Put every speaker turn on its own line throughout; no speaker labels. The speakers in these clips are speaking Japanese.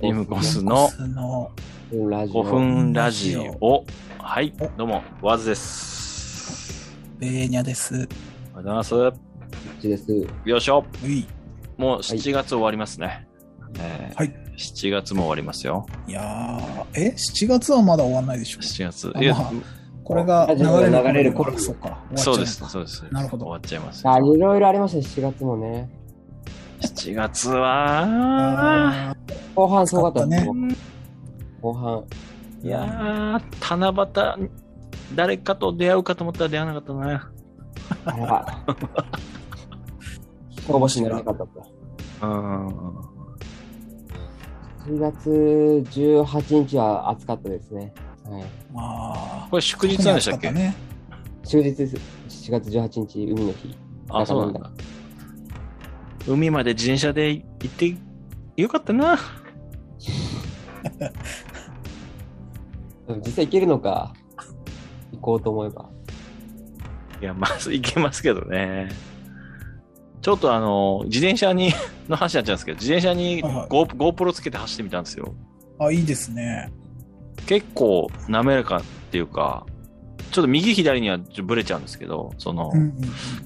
コスの
コスの
ラジオ
5分ラジオ。はい、どうも、ワズです。
ベーニャです。
おはようございま
こっちです。
す。よいしょ。
うい。
もう7月終わりますね。えー
はい
7月も終わりますよ。
いやー、え ?7 月はまだ終わんないでしょ
7月。
あ
いや
まあこれが
ラ
流
ジオ
れ
が
る
流れる頃
そうか。
そうです、
終
そうです。
なるほど
終わっちゃいます。
あ、いろいろありましたね、7月もね。
7月
わっち
は、
ゃう。あ
後半すごかったです
暑か
後半。
いやー、七夕、誰かと出会うかと思ったら出会わなかったな。
あら ば。人星にならなかったと。
うん。
7月18日は暑かったですね。はい。
ーまあ。
これ祝日なんでしたっけ
特に暑か
終日です。7月18日、海の日。
あ、そうなんだ。海まで自転車で行ってよかったな。
でも実際行けるのか、行こうと思えば。
いや、まず行けますけどね。ちょっとあの、自転車に、 の話になっちゃうんですけど、自転車に
はいはい
Go- GoPro つけて走ってみたんですよ。
ったね。あ、いいですね。
結構滑らかっていうか、ちょっと右左にはちょっとブレちゃうんですけど、その、
うんうん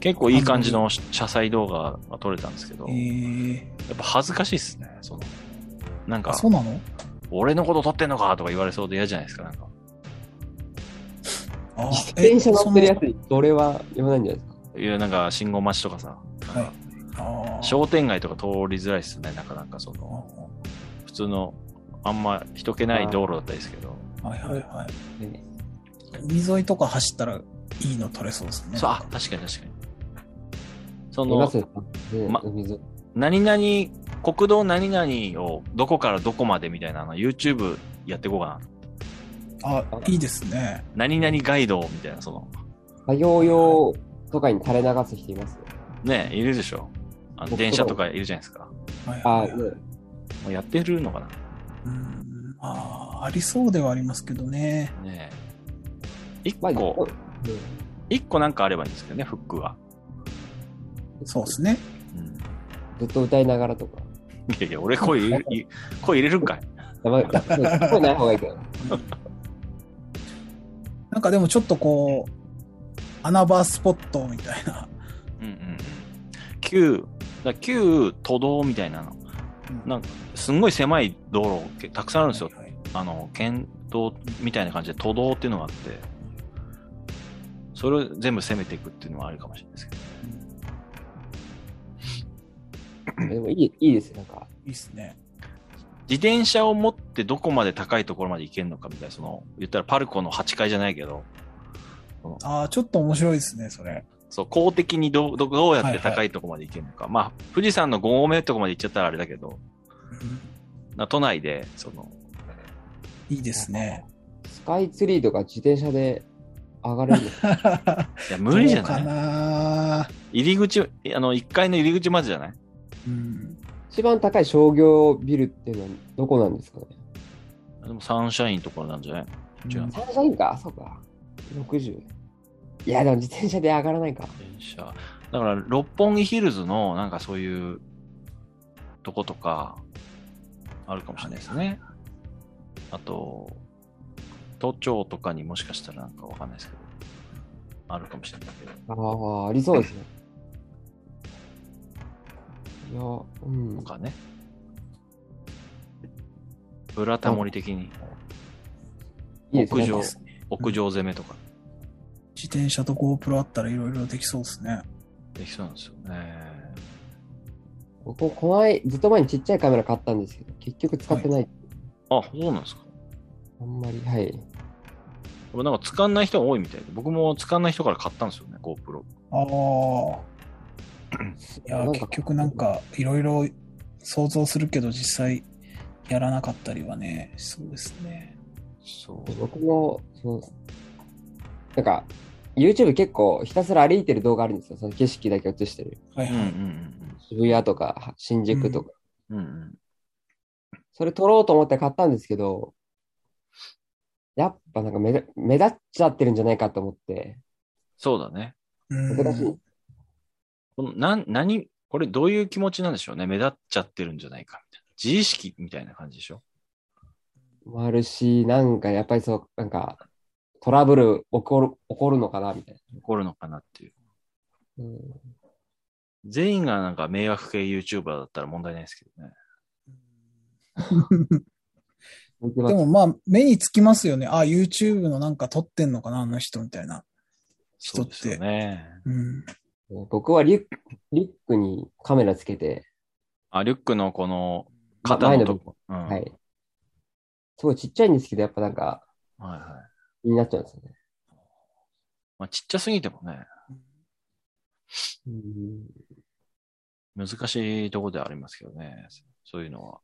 結構いい感じの車載動画が撮れたんですけど、
うん。
や
え
っぱ恥ずかしいですね、その。なん
ー、
か、
そうなの
俺のこと撮ってんのかとか言われそうで嫌じゃないですか、なんか。
あ
自転車乗ってるやつに、それは言わないんじゃないですか。
いや、なんか信号待ちとかさ、
はいあー
商店街とか通りづらいですね、なかなかその、普通の、あんま人気ない道路だったりですけど、
はいはいはい。
ね
海沿いとか走ったらいいの取れそうですね。
そう、あ、確かに確かに。そ
いま
の
す、よね
ま
海沿い
何々、国道何々をどこからどこまでみたいなの、YouTube やっていこうかな。
あ、いいですね。
何々ガイドみたいな、その、
作業用とかに垂れ流す人いますよ。
ね、いるでしょ。あの
国道
電車とかいるじゃないですか。も
はいは
あ
いはい、
ね
うやってるのか
うんあーありそうではありますけどね。
な。ね一
まあ、う
個、
ん
一個なんかあればいいんですけどね、フックが。
そうですね。
うん
ずっと歌いながらとか。
いやいや、俺声入れい声入れるんかい。
や ばい。声ない方がいいけど。
なんかでもちょっとこう、穴場スポットみたいな。
うんうんうん。旧、だ旧都道みたいなの。なんか、すんごい狭い道路け、たくさんあるんですよ。
はい
あの、県道みたいな感じで都道っていうのがあって、それを全部攻めていくっていうのはあるかもしれないですけど。
でもいい、いいですよ。なんか、
いいですね。
自転車を持ってどこまで高いところまで行けるのかみたいな、その、言ったらパルコの8階じゃないけど、
ああ、ちょっと面白いですね、それ。
そう、公的にどうどどうやっ
は
て
いはい
高いところまで行けるのか。まあ、富士山の5合目とかまで行っちゃったらあれだけど、な都内で、その、
いいですね。
スカイツリーとか自転車で上が れるの。
いや、 無理じゃ
どうか
ない
な、
入り口、あの、1階の入り口までじゃない
うん、
一番高い商業ビルっていうのはどこなんですかね
でもサンシャインとかなんじゃない違う
うん
サンシャインかそうか。60。いや、でも自転車で上がらないか。
電車。だから、六本木ヒルズの、なんかそういう、とことか、あるかもしれないですね。あと、都庁とかにもしかしたらなんかわかんないですけど、あるかもしれないけど。
ああ、ありそうですね。いや、うん
と。かね。ブラタモリ的に、
いいですね。
屋上
なんか
屋上攻めとか、
自転車と GoPro あったらいろいろできそうですね。
できそうなんですよね。
僕もこの間、ずっと前にちっちゃいカメラ買ったんですけど、結局使ってない。
あ、そうなんですか。
あんまり、はい。
でもなんか使んない人が多いみたいで、僕も使んない人から買ったんですよね、GoPro。
ああ。いや
なんか
結局なんかいろいろ想像するけど実際やらなかったりはねしそうですね
そう。
僕も、そう、なんか、YouTube 結構ひたすら歩いてる動画あるんですよ。その景色だけ映してる。
はい
うん
はい、
渋谷とか、新宿とか。
うんうん。うんうん。
それ撮ろうと思って買ったんですけど、やっぱなんか目立目立っちゃってるんじゃないかと思って、
そうだね。
うん
難しい。
この、なん、何、これどういう気持ちなんでしょうね。目立っちゃってるんじゃないかみたいな。自意識みたいな感じでしょ
もあるし、なんかやっぱりそう、なんかトラブル起こる、起こるのかなみたい
起こるのかなっていう。
な。うん
全員がなんか迷惑系 YouTuber だったら問題ないですけどね。
向いてま
ですもまあ、目につきますよね。あ、YouTube のなんか撮ってんのかな、あの人みたいな。人
そ
っ
う
て
ですよね。
うん。
僕はリュックリュックにカメラつけて、
あ、リュックのこの
ま
肩の
前の
と
部
こ。うん
はい。すごいちっちゃいんですけど、やっぱなんか
はいはい。
気になっちゃうんですよね。
まあ、ちっちゃすぎてもね、難しいとこではありますけどね。そういうのは。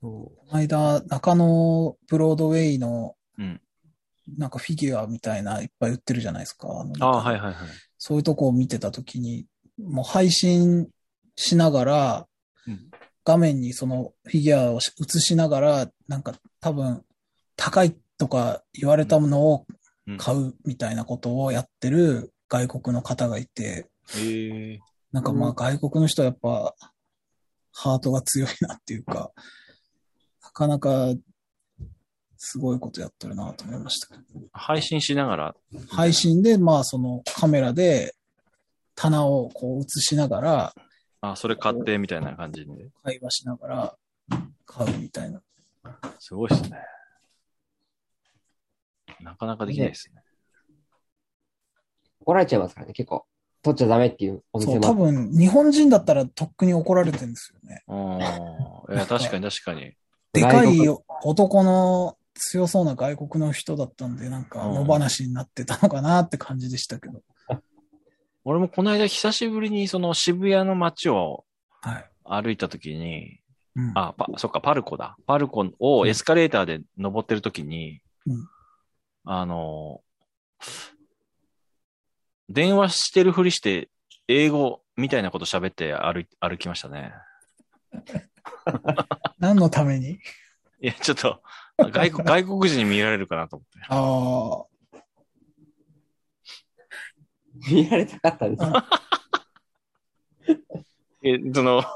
そ
この間、中野ブロードウェイの
うん、
なんかフィギュアみたいないっぱい売ってるじゃないですか。あの
ああ、はいはいはい。
そういうとこを見てたときに、もう配信しながら、
うん
画面にそのフィギュアをし映しながら、なんか多分、高いとか言われたものを
うん、
買うみたいなことをやってる外国の方がいて、
へえ
なんかま
う
あ
ん
外国の人はやっぱ、ハートが強いなっていうか、なかなか、すごいことやってるなと思いました。
配信しながら。
配信で、まあそのカメラで棚をこう映しながら、
あ、それ買ってみたいな感じで。
会話しながら買うみたいな。
すごいですね。なかなかできないですね。
う怒られちゃいますからね、結構。撮っちゃダメっていうお
そ
店
う、
も
多
あって。
分日本人だったらとっくに怒られてるんですよね。
ああ、いや、確かに確かに。
でかい
外
男の強そうな外国の人だったんで、なんか
うん
野放しになってたのかなって感じでしたけど。
俺もこの間久しぶりにその渋谷の街を
はい。
歩いた時に、
うん、
あ、パ、そっか、パルコだ。パルコをエスカレーターで登ってる時に、
うん
あの、電話してるふりして、英語みたいなこと喋って歩い歩きましたね。
何のために
いや、ちょっと、外国、外国人に見られるかなと思って。
ああ、
見られたかったんです。
え、その、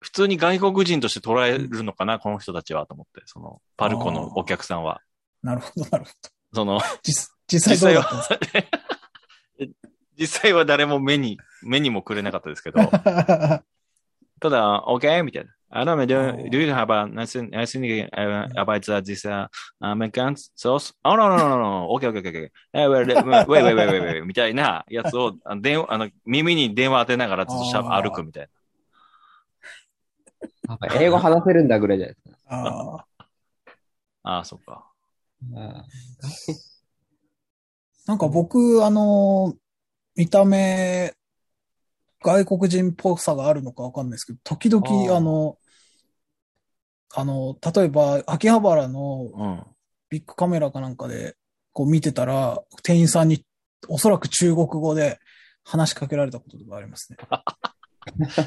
普通に外国人として捉えるのかな、この人たちは、と思って、その、パルコのお客さんは。
なるほど、なるほど。
その、
実実際どうだったんです
実際は誰も目に、目にもくれなかったですけど、
か
ただ、OK? みたいな。I don't know,
あ
do,
ー
do you have a nice, nice thing uh, about the- this uh, American sauce? Oh, no, no, no, no, no. OK, OK, OK, OK. Eh, Wait, wait, wait, wait, wait, wait, wait. みたいなやつを、あの電話あの耳に電話当てながらずっとしゃ
あー
歩くみたいな。
やっぱ英語話せるんだぐらいじゃないですか。
ああ。
ああ、そっか。
なんか僕、あの、見た目、外国人っぽさがあるのかわかんないですけど、時々、
あー
あの、あの、例えば、秋葉原の
うん。
ビッグカメラかなんかで、こう見てたら、店員さんに、おそらく中国語で話しかけられたこととかありますね。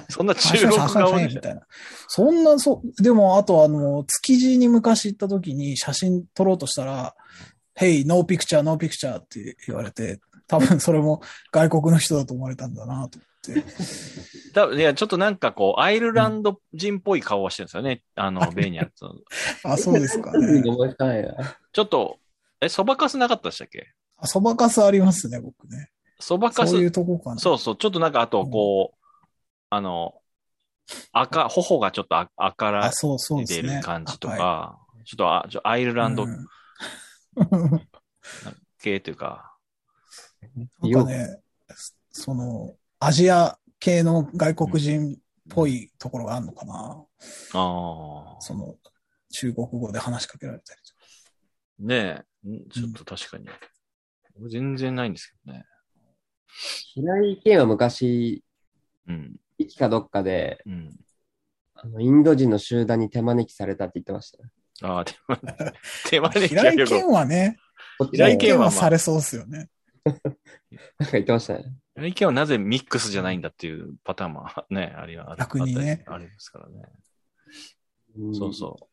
そんな中国
あす
顔
いませんすいません
で
み。たいな。そんな、そう、でも、あと、あの、築地に昔行った時に写真撮ろうとしたら、Hey, no picture, no picture って言われて、多分それも外国の人だと思われたんだなと思って。
多分いや、ちょっとなんかこう、アイルランド人っぽい顔をしてるんですよね。あの、ベイにあると。
あ、そうですか
うん。
ね。
思いつかないな。
ちょっと、え、そばかすなかったでしたっけ
あそばかすありますね、僕ね。
そばかす
そういうとこかな。
そうそう、ちょっとなんか、あと、こう、あの、赤、頬がちょっとあ赤ら
あ、そうそう
出
です
て
ね。
る感じと
赤い
か、ちょっとあちょアイルランド
うん
系というか、
なんかね、その、アジア系の外国人っぽいところがあるのかな。
ああ、
その、中国語で話しかけられたりとか。
ねえ、んちょっと確かに。俺全然ないんですけどね。
平井堅は昔、
うん、
駅かどっかで、
うん。
あのインド人の集団に手招きされたって言ってました。
あ あ、手間、手間で
平井堅はね、
こっち
平井
で、
堅
平井堅はされそうですよね。
なんか言ってましたね。
意見はなぜミックスじゃないんだっていうパターンもね、ありはある
逆にね
あったりありますからね。
ん
そうそ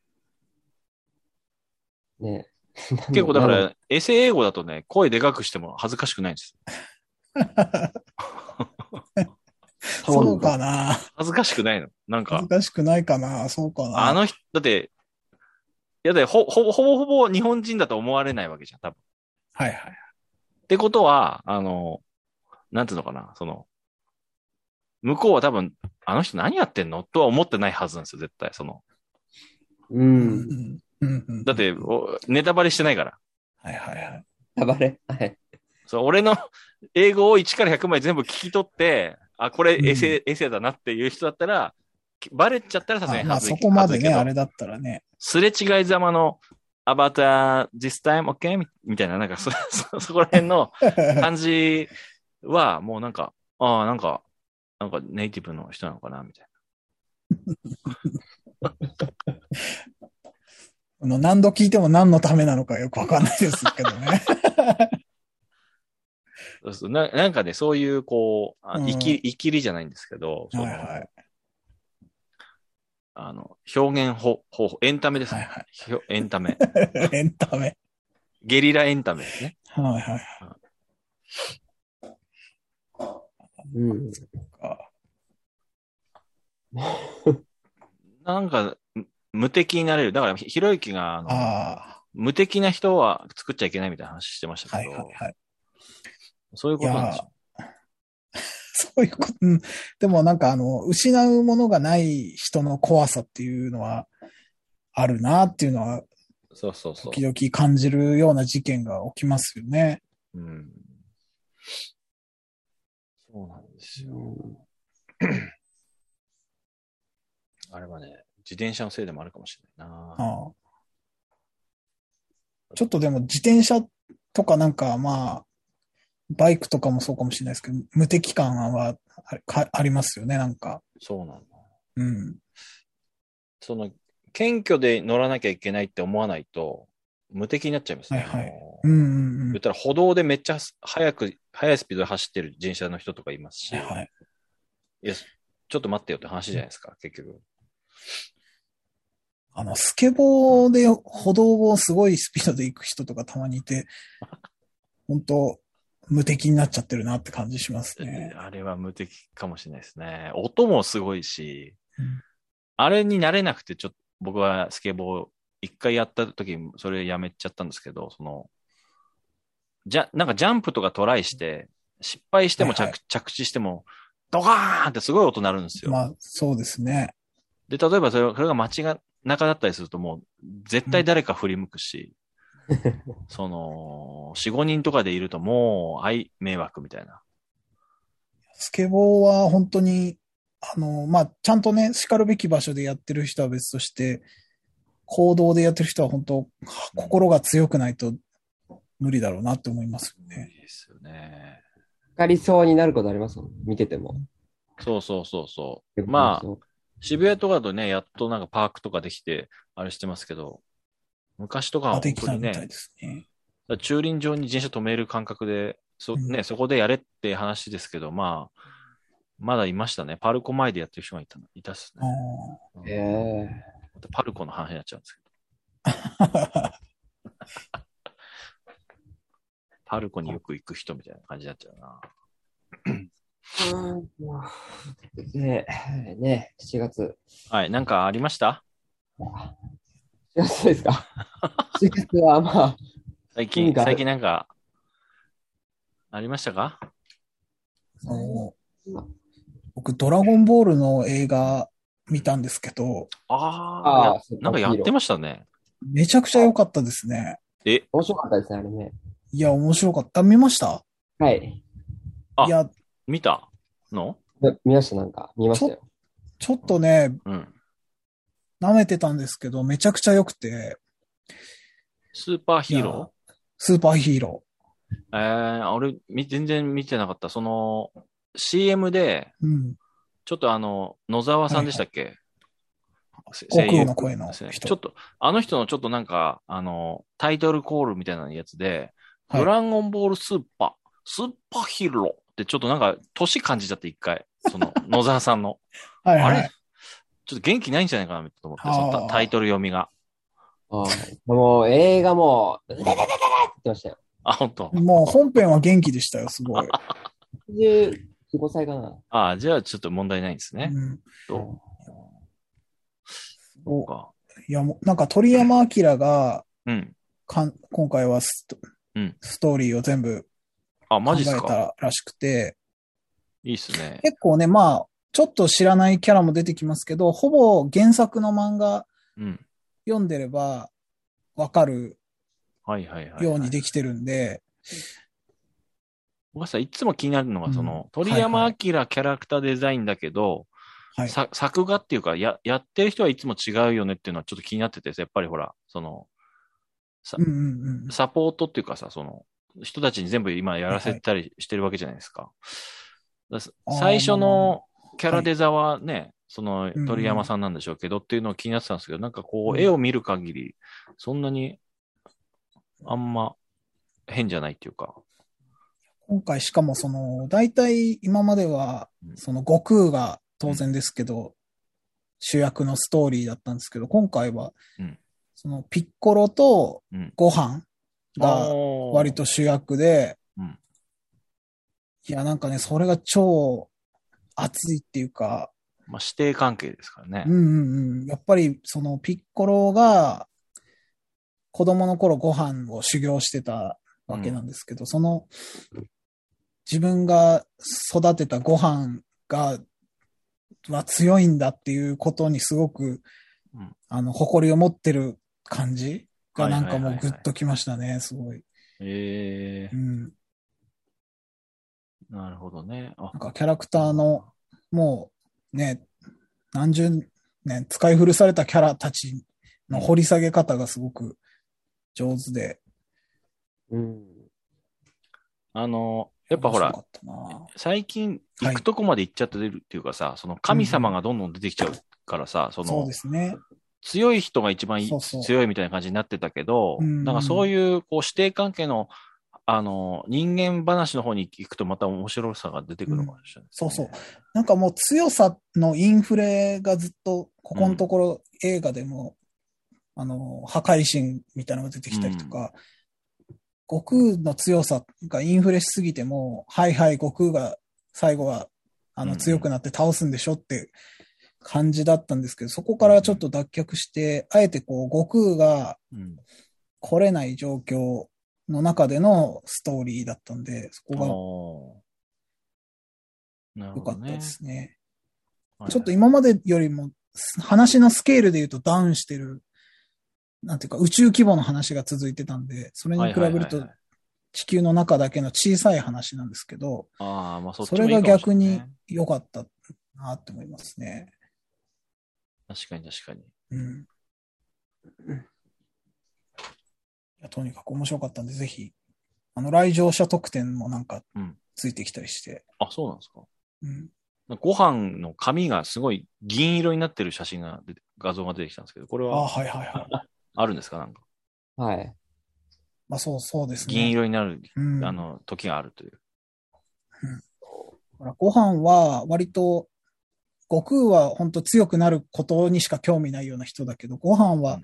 う。
ね。
結構だか
なん
ら、エセ英語だとね、声でかくしても恥ずかしくないんです。
そうかな。
恥ずかしくないのなん
恥
か
ず、かしくないかな。そうかな。
あの人、だって、やだよほ、ほぼほぼほぼ日本人だと思われないわけじゃん、多分。
はいはい。
ってことは、あの、なんていうのかな、その、向こうは多分、あの人何やってんのとは思ってないはずなんですよ、絶対。その、
う。
うんん。うんうん
だって、おネタバレしてないから。
はいはいはい。
ネタバレ。はい。
そう俺の英語を1から100まで全部聞き取って、あ、これ
うん
エセ、エセだなっていう人だったら、きバレちゃったらさすが
あ
に
まあ
恥ず
そ
い
こまで
恥ずいけ
ね、
ど
あれだったらね。
すれ違いざまの、アバター、this time, okay? みみたいな、なんかそ、 そ、そこら辺の感じは、もうなんか、ああ、なんか、なんかネイティブの人なのかな、みたい
あの何度聞いても何のためなのかよくわかんないですけどね。
な。そうななんかね、そういう、こう、あ
うん
いき、いきりじゃないんですけど、その
はいはい。
あの、表現方方法、エンタメです
はい
ね。
は
ひょエンタメ。
い。エンタメ。
ゲリラエンタメですね。
はいはい。
うん。
あ
なんか、む無敵になれる。だから、ひひろゆきが、あの
あ
無敵な人は作っちゃいけないみたいな話してまし
ー、
た
は
け
い
ど、
はいはい。
そういうことなんでしょ
そういうこと、うんでもなんかあの、失うものがない人の怖さっていうのは、あるなっていうのは、
う。そうそうそう
時。々感じるような事件が起きますよね。
うん。そうなんですよ。あれはね、自転車のせいでもあるかもしれないな。
ああちょっとでも自転車とかなんかまあ、バイクとかもそうかもしれないですけど、無敵感はあれかありますよね、なんか。
そうなんだ。
うん。
その、謙虚で乗らなきゃいけないって思わないと、無敵になっちゃいますね。
はいはい
あの
うんうんう
言
ん
っ。たら歩道でめっちゃ速く、速いスピードで走ってる自転車の人とかいますし、
はいはい。
いや、ちょっと待ってよって話じゃないですか、結局。
あの、スケボーで歩道をすごいスピードで行く人とかたまにいて、 本当無敵になっちゃってるなって感じしますね。
あれは無敵かもしれないですね。音もすごいし、
うん
あれになれなくて、ちょっと僕はスケボー一回やった時、それやめちゃったんですけど、その、じゃ、なんかジャンプとかトライして、失敗しても着,、
はいは
着地しても、ドカーンってすごい音鳴るんですよ。
まあ、そうですね。
で、例えばそれそれが街が中だったりするともう絶対誰か振り向く し、その、4、5人とかでいるともう、愛、迷惑みたいな。
スケボーは本当に、あの、まあ、ちゃんとね、叱るべき場所でやってる人は別として、行動でやってる人は本当、心が強くないと無理だろうなって思いますよね。
いいですよね。
かかりそうになることありますもん。見てても。
そうそうそうそう。まあ、渋谷とかだとね、やっとなんかパークとかできて、あれしてますけど、昔とか
あ
は
で
本
き
当
た
に
み
ね、
たいですね。
だから駐輪場に自転車止める感覚で、そ,、
うん
ね、そこでやれって話ですけど、まあ、まだいましたね。パルコ前でやってる人がいたのいたっすね。
ええ
またパルコの話になっちゃうんですけど、
あ
パルコによく行く人みたいな感じになっちゃうな。
で、ね、7月。
はい、なんかありました
7月ですか ?7 月はまあ、
最
何
近、
かある
最近なんか、ありましたか
ーあの僕、ドラゴンボールの映画見たんですけど、
あ
あ
ー
あ、なんかやってましたね。
めちゃくちゃ良かったですね。
え、
面白かったですね、あれね。
いや、面白かった。見ました
はい。
あ
いや、
見たの
み見ました、なんか。見ましたよ。
ちょっとね、
うん。
舐めてたんですけど、めちゃくちゃ良くて、
スーパーヒーロ
スーパーヒーロ
ーえー、俺、み全然見てなかった。その、CM で、
ー。うん。
ちょっとあの、野沢さんでしたっけ、せ
悟空の声の
声優
人。
ちょっと、あの人のちょっとなんか、あの、タイトルコールみたいなやつで、
はい
ドラゴンボールスーパー、スーパーヒーローってちょっとなんか、年感じちゃって一回。その、野沢さんの。
はいは
あ
い
れ。ちょっと元気ないんじゃないかなと思って、
あー
そのタタイトル読みが。
あーもう映画も、ダダダダダって言ってましたよ。
あ、本当。
もう本編は元気でしたよ、すごい。
85歳かな。
ああ、じゃあちょっと問題ないんです
う
ね。
ん、
どう
お
か。
いや、もう、なんか鳥山明が、
うん。
かん、今回はスト,、
うん
ストーリーを全部
あ、
考
マジ
え
っすか。
たらしくて、
いいっすね。
結構ね、まあ、ちょっと知らないキャラも出てきますけど、ほぼ原作の漫画
うん。
読んでればわかる
はいはいはい、はい。
ようにできてるんで、
僕はさ、いつも気になるのが、その、
うん
鳥山明キャラクターデザインだけど、
はい
さ作画っていうかや、やってる人はいつも違うよねっていうのはちょっと気になってて、やっぱりほら、その、さ
うんうんうん。
サポートっていうかさ、その、人たちに全部今やらせたりしてるわけじゃないですか。だす
あー
最初のキャラデザはね、その
うん
鳥山さんなんでしょうけどっていうのを気になってたんですけど、なんかこ
うん
う、絵を見る限り、そんなに、あんま変じゃないっていうか。
今回しかもその、大体今までは
う、ん
その悟空が当然ですけど、主役のストーリーだったんですけど、今回は
うん、
そのピッコロと
うん
ご飯が割
割
と主役で
うん、
いや、なんかね、それが超熱いっていうか、
まあ、師弟関係ですからね。
うんうんうん。やっぱりそのピッコロが子供の頃ご飯を修行してたわけなんですけど、その自分が育てたご飯が、は強いんだっていうことにすごく、
うん
あの、誇りを持ってる感じが
はいは
ないんかもう
はい
グ
はい
ッときましたね、すごい。
ええ
うん。
なるほどね。あ
なんかキャラクターの、もうね、何十年使い古されたキャラたちの掘り下げ方がすごく上手で。
うん。
あの、やっぱほら
面、白かったな
最近
は
行
い
くとこまで行っちゃってるっていうかさ、その神様がどんどん出てきちゃうからさ、そ
そう
の
ですね。
強い人が一番い
そうそう
強いみたいな感じになってたけど、
うん
なんかそういうこう師弟関係のあの人間話の方に行くとまた面白さが出てくるのかもしれないですね、
うんそうなんかもう強さのインフレがずっと、ここのところ映画でも、あの、破壊神みたいなのが出てきたりとか、悟空の強さがインフレしすぎても、はいはい、悟空が最後は、あ
う
の、
ん
強くなって倒すんでしょって感じだったんですけど、そこからちょっと脱却して、あえてこう、悟空が
うん。
来れない状況の中でのストーリーだったんで、そ
あ
こ
ーな
が
る
良
ほ
か
ど
った
ね
で。すね。
はい
ちょっと今までよりも、す話のスケールで言うとダウンしてる、なんていうか宇宙規模の話が続いてたんで、それに比べる
はいはいはい
と
はい
地球の中だけの小さい話なんですけど、
ああ、まあそっち
そ
もい
れ
いか
が
もしれないね
逆に良かったなって思いますね。
確かに確かに。
うん。いやとにかく面白かったんで、ぜひ、あの、来場者特典もなんか
うん、
ついてきたりして、
あ、そうなんですか。
うん。
ご飯の紙がすごい銀色になってる写真が出て、画像が出てきたんですけど、これ
あ
は
はいはい はい。
あるんですかなんか。
はい。
まあそうそうですね。
銀色になる、
うん、
あの、時があるという。
ほらご飯は割と、悟空は本当強くなることにしか興味ないような人だけど、ご飯
う
は
ん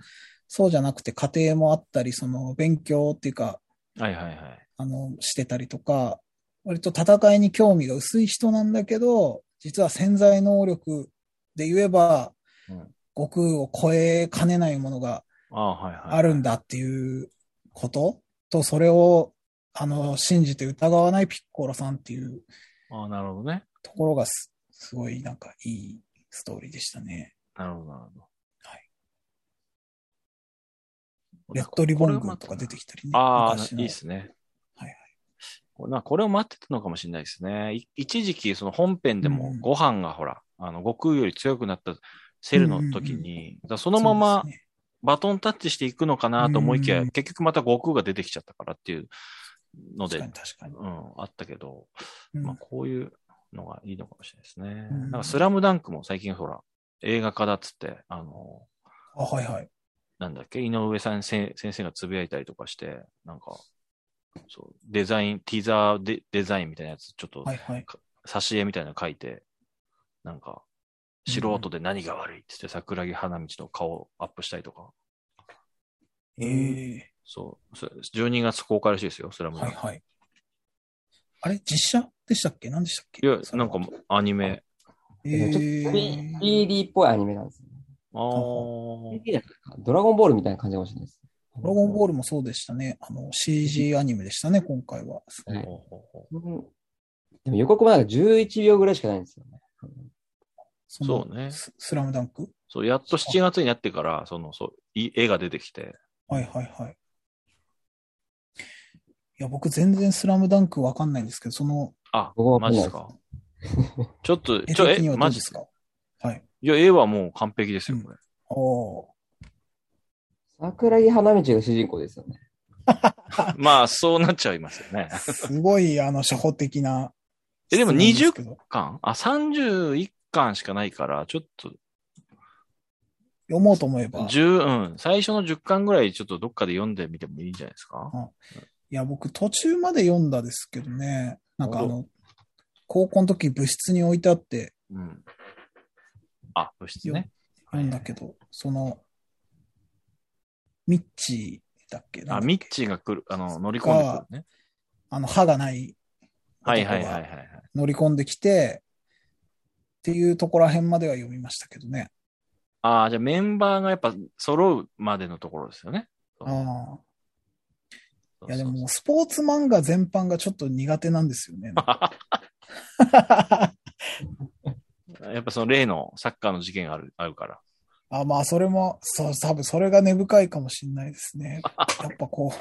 そうじゃなくて家庭もあったり、その勉強っていうか、
はいはいはい。
あの、してたりとか、割と戦いに興味が薄い人なんだけど、実は潜在能力で言えば、
うん
悟空を超えかねないものが
ああ、はいはい。
あるん。だっていうことと、それを、あの、信じて疑わないピッコロさんっていう
ああ、なるほどね。
ところがす、すごいなんかいいストーリーでしたね。
なるほど、なるほど。
はい。レッドリボン軍とか出てきたりね。
ああ、
昔
い
の
いですね。
はいはい
これなこれを待ってたのかもしれないですね。い一時期、その本編で
う
も
ん
ご飯がほら、あの、悟空より強くなったセルの時に、だからそのまま
そうですね
バトンタッチしていくのかなと思いきや、
うん
結局また悟空が出てきちゃったからっていうので、
確かに確かに。
うん、あったけど、
うん
まあこういうのがいいのかもしれないですね。
うん
なんかスラムダンクも最近ほら、映画化だっつって、あの、
あ、はいはい。
なんだっけ、井上さんせ先生がつぶやいたりとかして、なんか、そう、デザイン、ティザーデデザインみたいなやつ、ちょっと
はいはい。
挿絵みたいなの書いて、なんか、素人で何が悪いっつって桜木花道の顔をアップしたりとか、
ええ
そう、そ12月公開らしいですよ、スラムダン
は
ク
い。はい。あれ実写でしたっけ何でしたっけ
いや、なんか、アニメ。
え
ちょっと
え
3D っぽいアニメなんですよね。
あー
3D なんかドラゴンボールみたいな感じかもしれないです。
ドラゴンボールもそうでしたね。あの、CG アニメでしたね、今回は。
ほう
はい
ほうほ
うんでも予告もなんか11秒ぐらいしかないんですよね。
その
そうね
ススラムダンク
うそう、やっと7月になってから、その、そう、い絵が出てきて。
はいはいはい。いや、僕全然スラムダンクわかんないんですけど、その、
あ、
僕は
マジっすか。 ちょっと、ち
絵的
ょ、え
には、ど
マ
う
ジ
で
っ
す
す
か
か。
はい。
いや、絵はもう完璧ですよ、
うん
これ。
おー
桜木花道が主人公ですよね。
まあ、そうなっちゃいますよね。
すごい、あの、初歩的な。
え でも
質問すけど
巻あ、31巻しかないから、ちょっと、
読もうと思えば。い
十うん、最初の10巻ぐらい、ちょっとどっかで読んでみてもいいんじゃないですか。
や、僕途中まで読んだですけどね。なんかあ
な
の、高校の時部室に置いてあって
うん。あ、物質ね。
読んだけど、その、ミッチーだっけなんだ
あ、
っけ
ミッチーが来る、あの、乗り込んでくるね。
あの、歯がない
はいはいはいはいはい。
乗り込んできて、っていうところら辺までは読みましたけどね。
ああ、じゃあメンバーがやっぱ揃うまでのところですよね。そう
あ
そ
あ。
う
いやで
そう
も、スポーツ漫画全般がちょっと苦手なんですよね。
そうやっぱその例のサッカーの事件がある、あるから。
あまあ、それも、そう、多分それが根深いかもしれないですね。やっぱこう、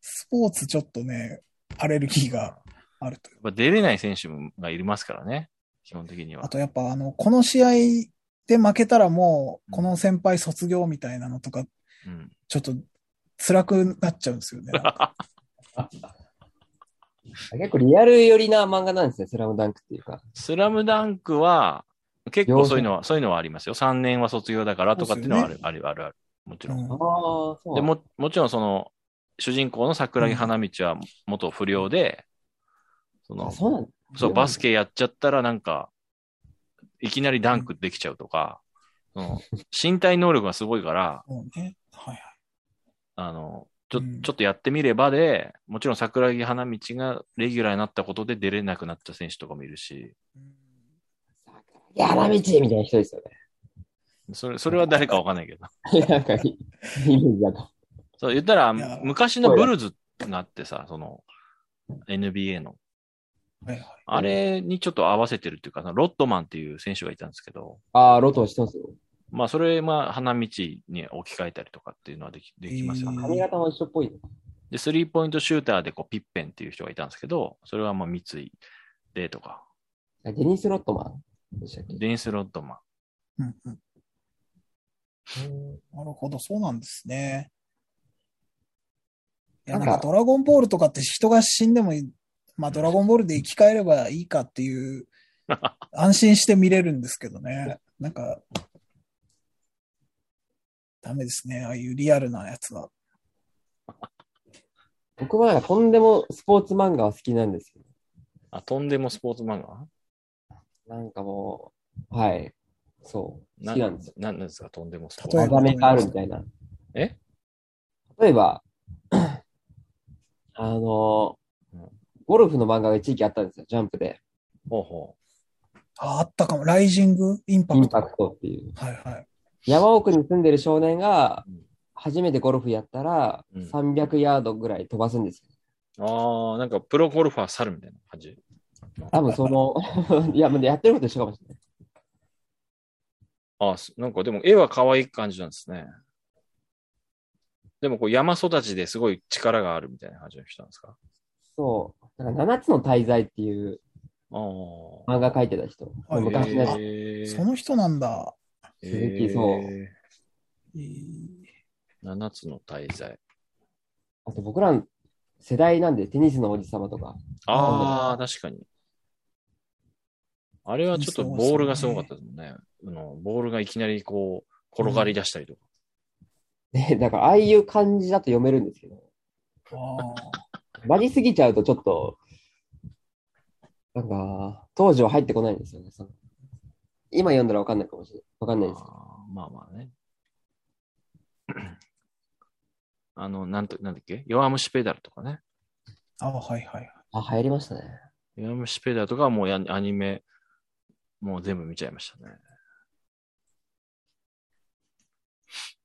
スポーツちょっとね、アレルギーがあるという。
やっぱ出れない選手がいますからね。基本的には
あ。とやっぱあの、この試合で負けたらもう、この先輩卒業みたいなのとか、
うん。
ちょっと辛くなっちゃうんです よね。なんか
結構リアル寄りな漫画なんですね、スラムダンクっていうか。
スラムダンクは、結構そういうのは、そういうのはありますよ。3年は卒業だからとかっていうのはある、ある、ある、ある。もちろん。
うん
ああ、そう
でも、もちろんその、主人公の桜木花道は元不良で、そ
あ
の、
そうなん
そう、バスケやっちゃったらなんか、いきなりダンクできちゃうとか、そ の身体能力がすごいから、
そうね。はいはい。
あの、ちょ、
うん
ちょっとやってみればで、もちろん桜木花道がレギュラーになったことで出れなくなった選手とかもいるし、
いや、花道みたいな人ですよ
それ、それは誰かわかんないけ ど。
ね。 なんか、イメージだと。
そう、言ったら、
いや
昔のブルーズがあってさ、その、NBA の。
はいはい。
あれにちょっと合わせてるっていうか、そのロッドマンっていう選手がいたんですけど、
ああ、ロトは知ってますよ。
まあ、それ、まあ、花道に置き換えたりとかっていうのはできできますよね。
えー
髪型も一緒っぽい。
で、スリーポイントシューターでこうピッペンっていう人がいたんですけど、それはまあ三井でとか、
デニス・ロットマンでしたっけ
デニス・ロッドマン。
うんうん。なるほど、そうなんですね。いや、
な
なん
か
んかドラゴンボールとかって人が死んでもいい、まあドラゴンボールで生き返ればいいかっていう、安心して見れるんですけどね。なんか、ダメですね、ああいうリアルなやつは。
僕はなんかとんでもスポーツ漫画は好きなんですけ
あ、とんでもスポーツ漫画
ど、なんかもう、はい、そう、好きなんですよ。
何ですか、とんでもスポーツ
例
漫
え
ア
画。
ば
ガメがあるみたいな。
え
例えば、あの
うん、
ゴルフの漫画が一時期あったんですよ、ジャンプで。
ほうほ
あ、あったかも。ライジングインパ
イ
ク
ンパ
ト。
クトっていう。
はいはい。
山奥に住んでる少年が
うん、初
初めてゴルフやったら、
うん
300ヤードぐらい飛ばすんです よ。
う。ああ、なんかプロゴルファー猿みたいな感じ。
多分その、い や、もうやってること一緒かもしれない。
あすなんかでも絵は可愛い感じなんですね。でもこう山育ちですごい力があるみたいな感じの人なんですか
そう。なんか7つの滞在っていう
ああ。
漫画書いてた人。
はい
昔のやつ
え
その人なんだ。
鈴木そう
えー
7つの大罪。
あと僕らの世代なんで、テニスの王子様とか。
ああ、確かに。あれはちょっとボールがすごかったですもんね。あのボールがいきなりこう、転がり出したりとか。
ね、だからああいう感じだと読めるんですけど、
あ
なりすぎちゃうとちょっと、なんか、当時は入ってこないんですよね。その今読んだらわかんないかもしれない。わかんないですけど。
あーまあまあね。 あの、なんと、なんだっけ弱虫ペダルとかね。
あ、あはいはい。
あ、流行りましたね。
弱虫ペダルとかはもうやアニメ、もう全部見ちゃいましたね。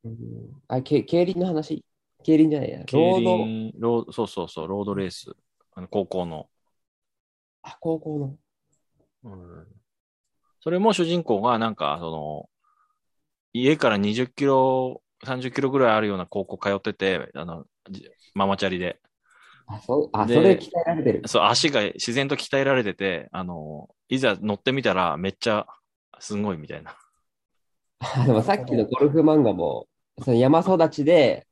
うんあ、け競輪の話競輪じゃないや。ロード、
競輪ロード、そうそうそう、ロードレース。あの高校の。
あ、高校の。
それも主人公がなんか、その、家から20キロ、30キロぐらいあるような高校通ってて、あの、じママチャリで。
あ、そう、あ、
で
それ鍛えられてる。
そう、足が自然と鍛えられてて、あの、いざ乗ってみたらめっちゃすごいみたいな。
あでもさっきのゴルフ漫画も、その山育ちで、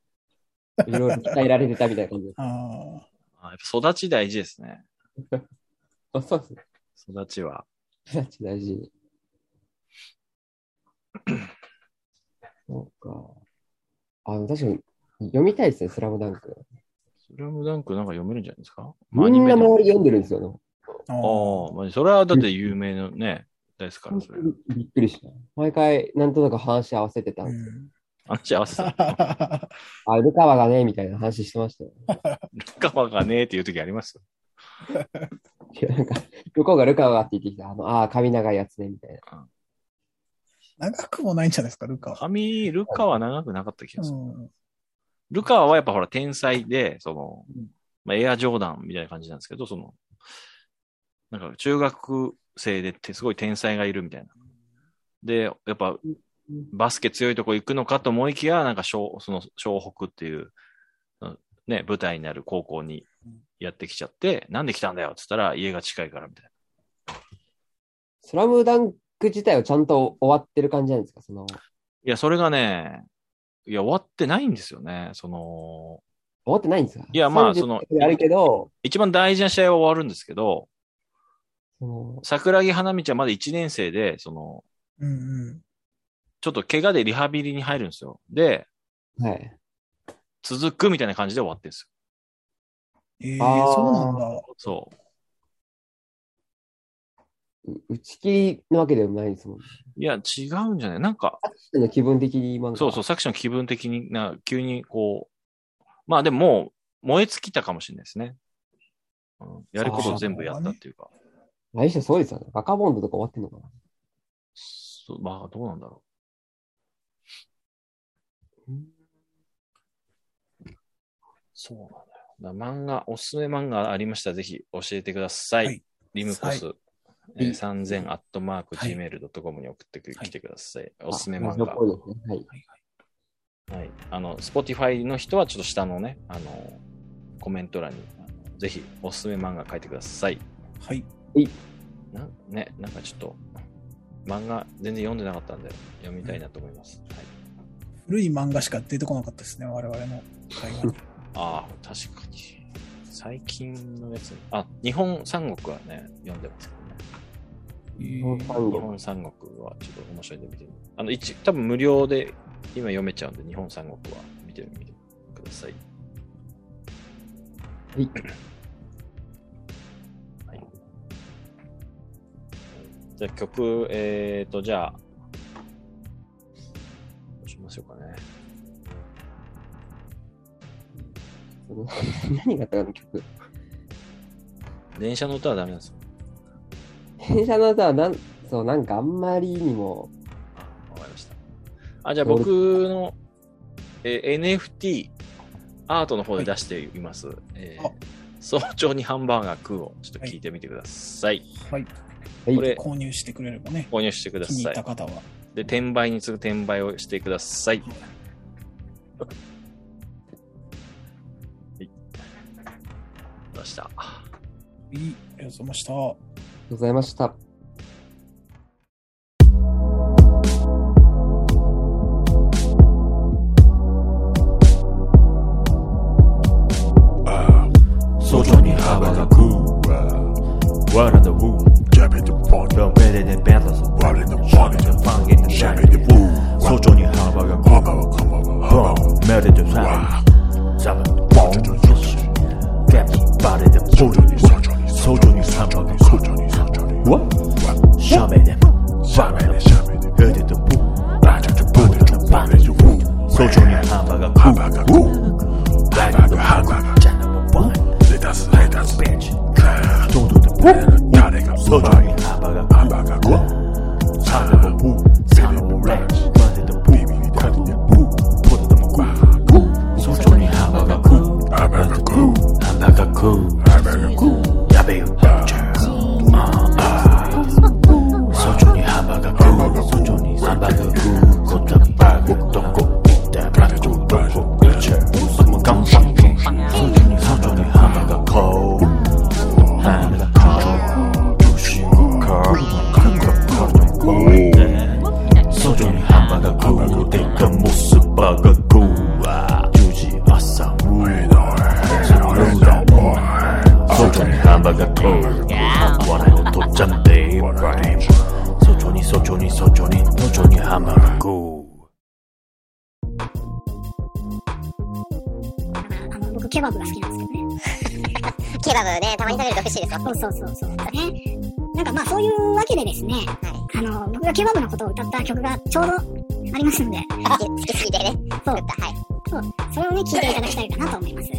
いろいろ鍛えられてたみたいな 感じ。
あ
あやっぱ育ち大事ですね。
あそうですね。
育ちは。
育ち大事。そうか。あの、確かに、読みたいですね、スラムダンク。
スラムダンクなんか読めるんじゃないですかまあア
み
ニ
ん
メ
な
でも
周り読んでるんですよね。
あ
ああ、まあそれはだって有名のね、ですから、それ。
びっくりした。毎回、なんとなく話合わせてたん
う
です。
ん
話合わせた。
あ、ルカワがね、みたいな話してましたよ。
ルカワがねえっていう時ありますよ。
いや なんか、向こうがルカワって言ってきた。あの、あー、髪長いやつね、みたいな。
長くもないんじゃないですか、ルカは。
髪、ルカワ長くなかった気がする。
うん
ルカワはやっぱほら天才で、その
うん、
まあ、エアジョーダンみたいな感じなんですけど、その、なんか中学生でってすごい天才がいるみたいな。で、やっぱバスケ強いとこ行くのかと思いきや、なんか小、その、湘北っていう、うんね、舞台になる高校にやってきちゃって、なんで来たんだよって言ったら家が近いからみたいな。
スラムダンク自体はちゃんと終わってる感じなんですかその、終
いや、それがね、いや、終わってないんですよね。その、
わってないんですか
いやまあ
30
そ
あ
の
るけど、
一番大事な試合は終わるんですけど、
その、
桜木花道はまだ1年生で、その、
うんうん。
ちょっと怪我でリハビリに入るんですよ。で、
はい。
続くみたいな感じで終わってるんです
ええ
あー
そうなんだ。
よ。そう。
う打ち切りなわけでもないですもん。
いや、違うんじゃないなんか、
アクションの気分的に漫画。
そうそう、作者の気分的にな、急にこう、まあでももう、燃え尽きたかもしれないですね。うん、やることを全部やったっていうか。
う。来週そうですよね。バカボンドとか終わってんのかな
そうまあ、どうなんだろう。そうなんだよ。漫画、おすすめ漫画ありましたら、ぜひ教えてください。
はい
リムコス、
い
えー、3000アットマーク
はい
gmail.com に送ってき、
はい
来てください。おすすめ漫
あラジオっぽ
画。
いですね。はい。
はい。あの、Spotify の人はちょっと下のね、あの、コメント欄に、あのぜひおすすめ漫画書いてください。
はい。
なね、なんかちょっと、漫画全然読んでなかったんで、読みたいなと思います。はい
古い漫画しか出てこなかったですね、我々の会話に。
ああ、確かに。最近のやつ。あ、日本三国はね、読んでますけどね。
え
この
ー
単
日
語
本三国はちょっと面白いんで見てみる。あの、一、多分無料で今読めちゃうんで、日本三国は見てみてください。
はい。
はい。じゃあ曲、えーと、じゃあ、どうしましょうかね。
その 何があったかの曲。
電車の歌はダメなんですよ。
電車の歌はなん、そう、なんかあんまりにも、
あわかりました。あ、じゃあ僕の、えー NFT アートの方で出しています。えー
あ
早朝にハンバーガー食うをちょっと聞いてみてください。
はい。
はい
これ
購入してくれればね、
購入してくだ
気に入
さ
った
い。
方は。
で、転売に次ぐ転売をしてください。はい。出した。
いい、ありがとうございました。
ありがとうございました。
Ah, Sojourn in Habakkuk. What in the woo? Jab in the pot.
The better the battles,
What in the
shabby
bonnet?
the funk in the
Jab in the
shine.
woo.
So Johnny Harbaugh,
Habakkuk, Habakkuk.
bomb, murder the
Wow.
sound. Seven bomb, trap body the
Sojourn in,
boot.
sojourn in,
So
sojourn
Johnny
in, sojourn in,
Sancho,
sojourn in, sojourn in.
what? Shabby
Jab in the,
the bomb,
jab in the,
murder the boot.
jab in the bonnet, the bonnet, the woo.
So Johnny Harbaugh, bomb,
Habakkuk, woo. Habakkuk, Habakkuk.
jack number one,
Let us, let us be.
bitch. Don't do the boot.
Darling,
So Johnny Harbaugh,
Habakkuk, woo.
sound of a boot, sound of a rat, murder the boot.
Baby, daddy, the woo.
cool. 야배우 Uh, 소중히 하바가구 소중히 하바가구 고작 빠국떡고 이때 빠국 떡고 일체 뭐 깜빡해 소중히 소중히 하바가구 하바가구 조심하고 가가가고 소중히 하바가구 내가 모습 바가구 유지 아싸 소중히 하바가구 와라요 도짠데 소중히 소중히 소중히 소중히 하바가구
あの、僕ケバブが好きなんですけどね。
ケバブね、たまに食べると美味しいですよ。
そうそうそうそう。ね。なんかまあそういうわけでですね、あの、僕がケバブのことを歌った曲がちょうどありますので、
好き好きすぎてね。作
そう
っ、た。はい。
それをね、聞いていただきたいかなと思います。はい。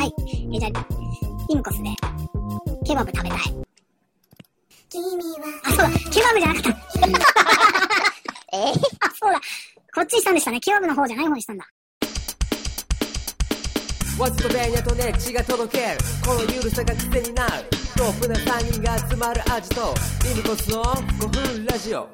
はい。えじゃあ、イムコスで、ケバブ食べたい。あ、そうだ、ケバブじゃなかった。
え
あ、そうだ。こっちにしたんでしたね。ケバブの方じゃない方にしたんだ。
わずとベニャとネッチが届けるこのゆるさが癖になるトップな3人が集まる味とリムコスの5分ラジオ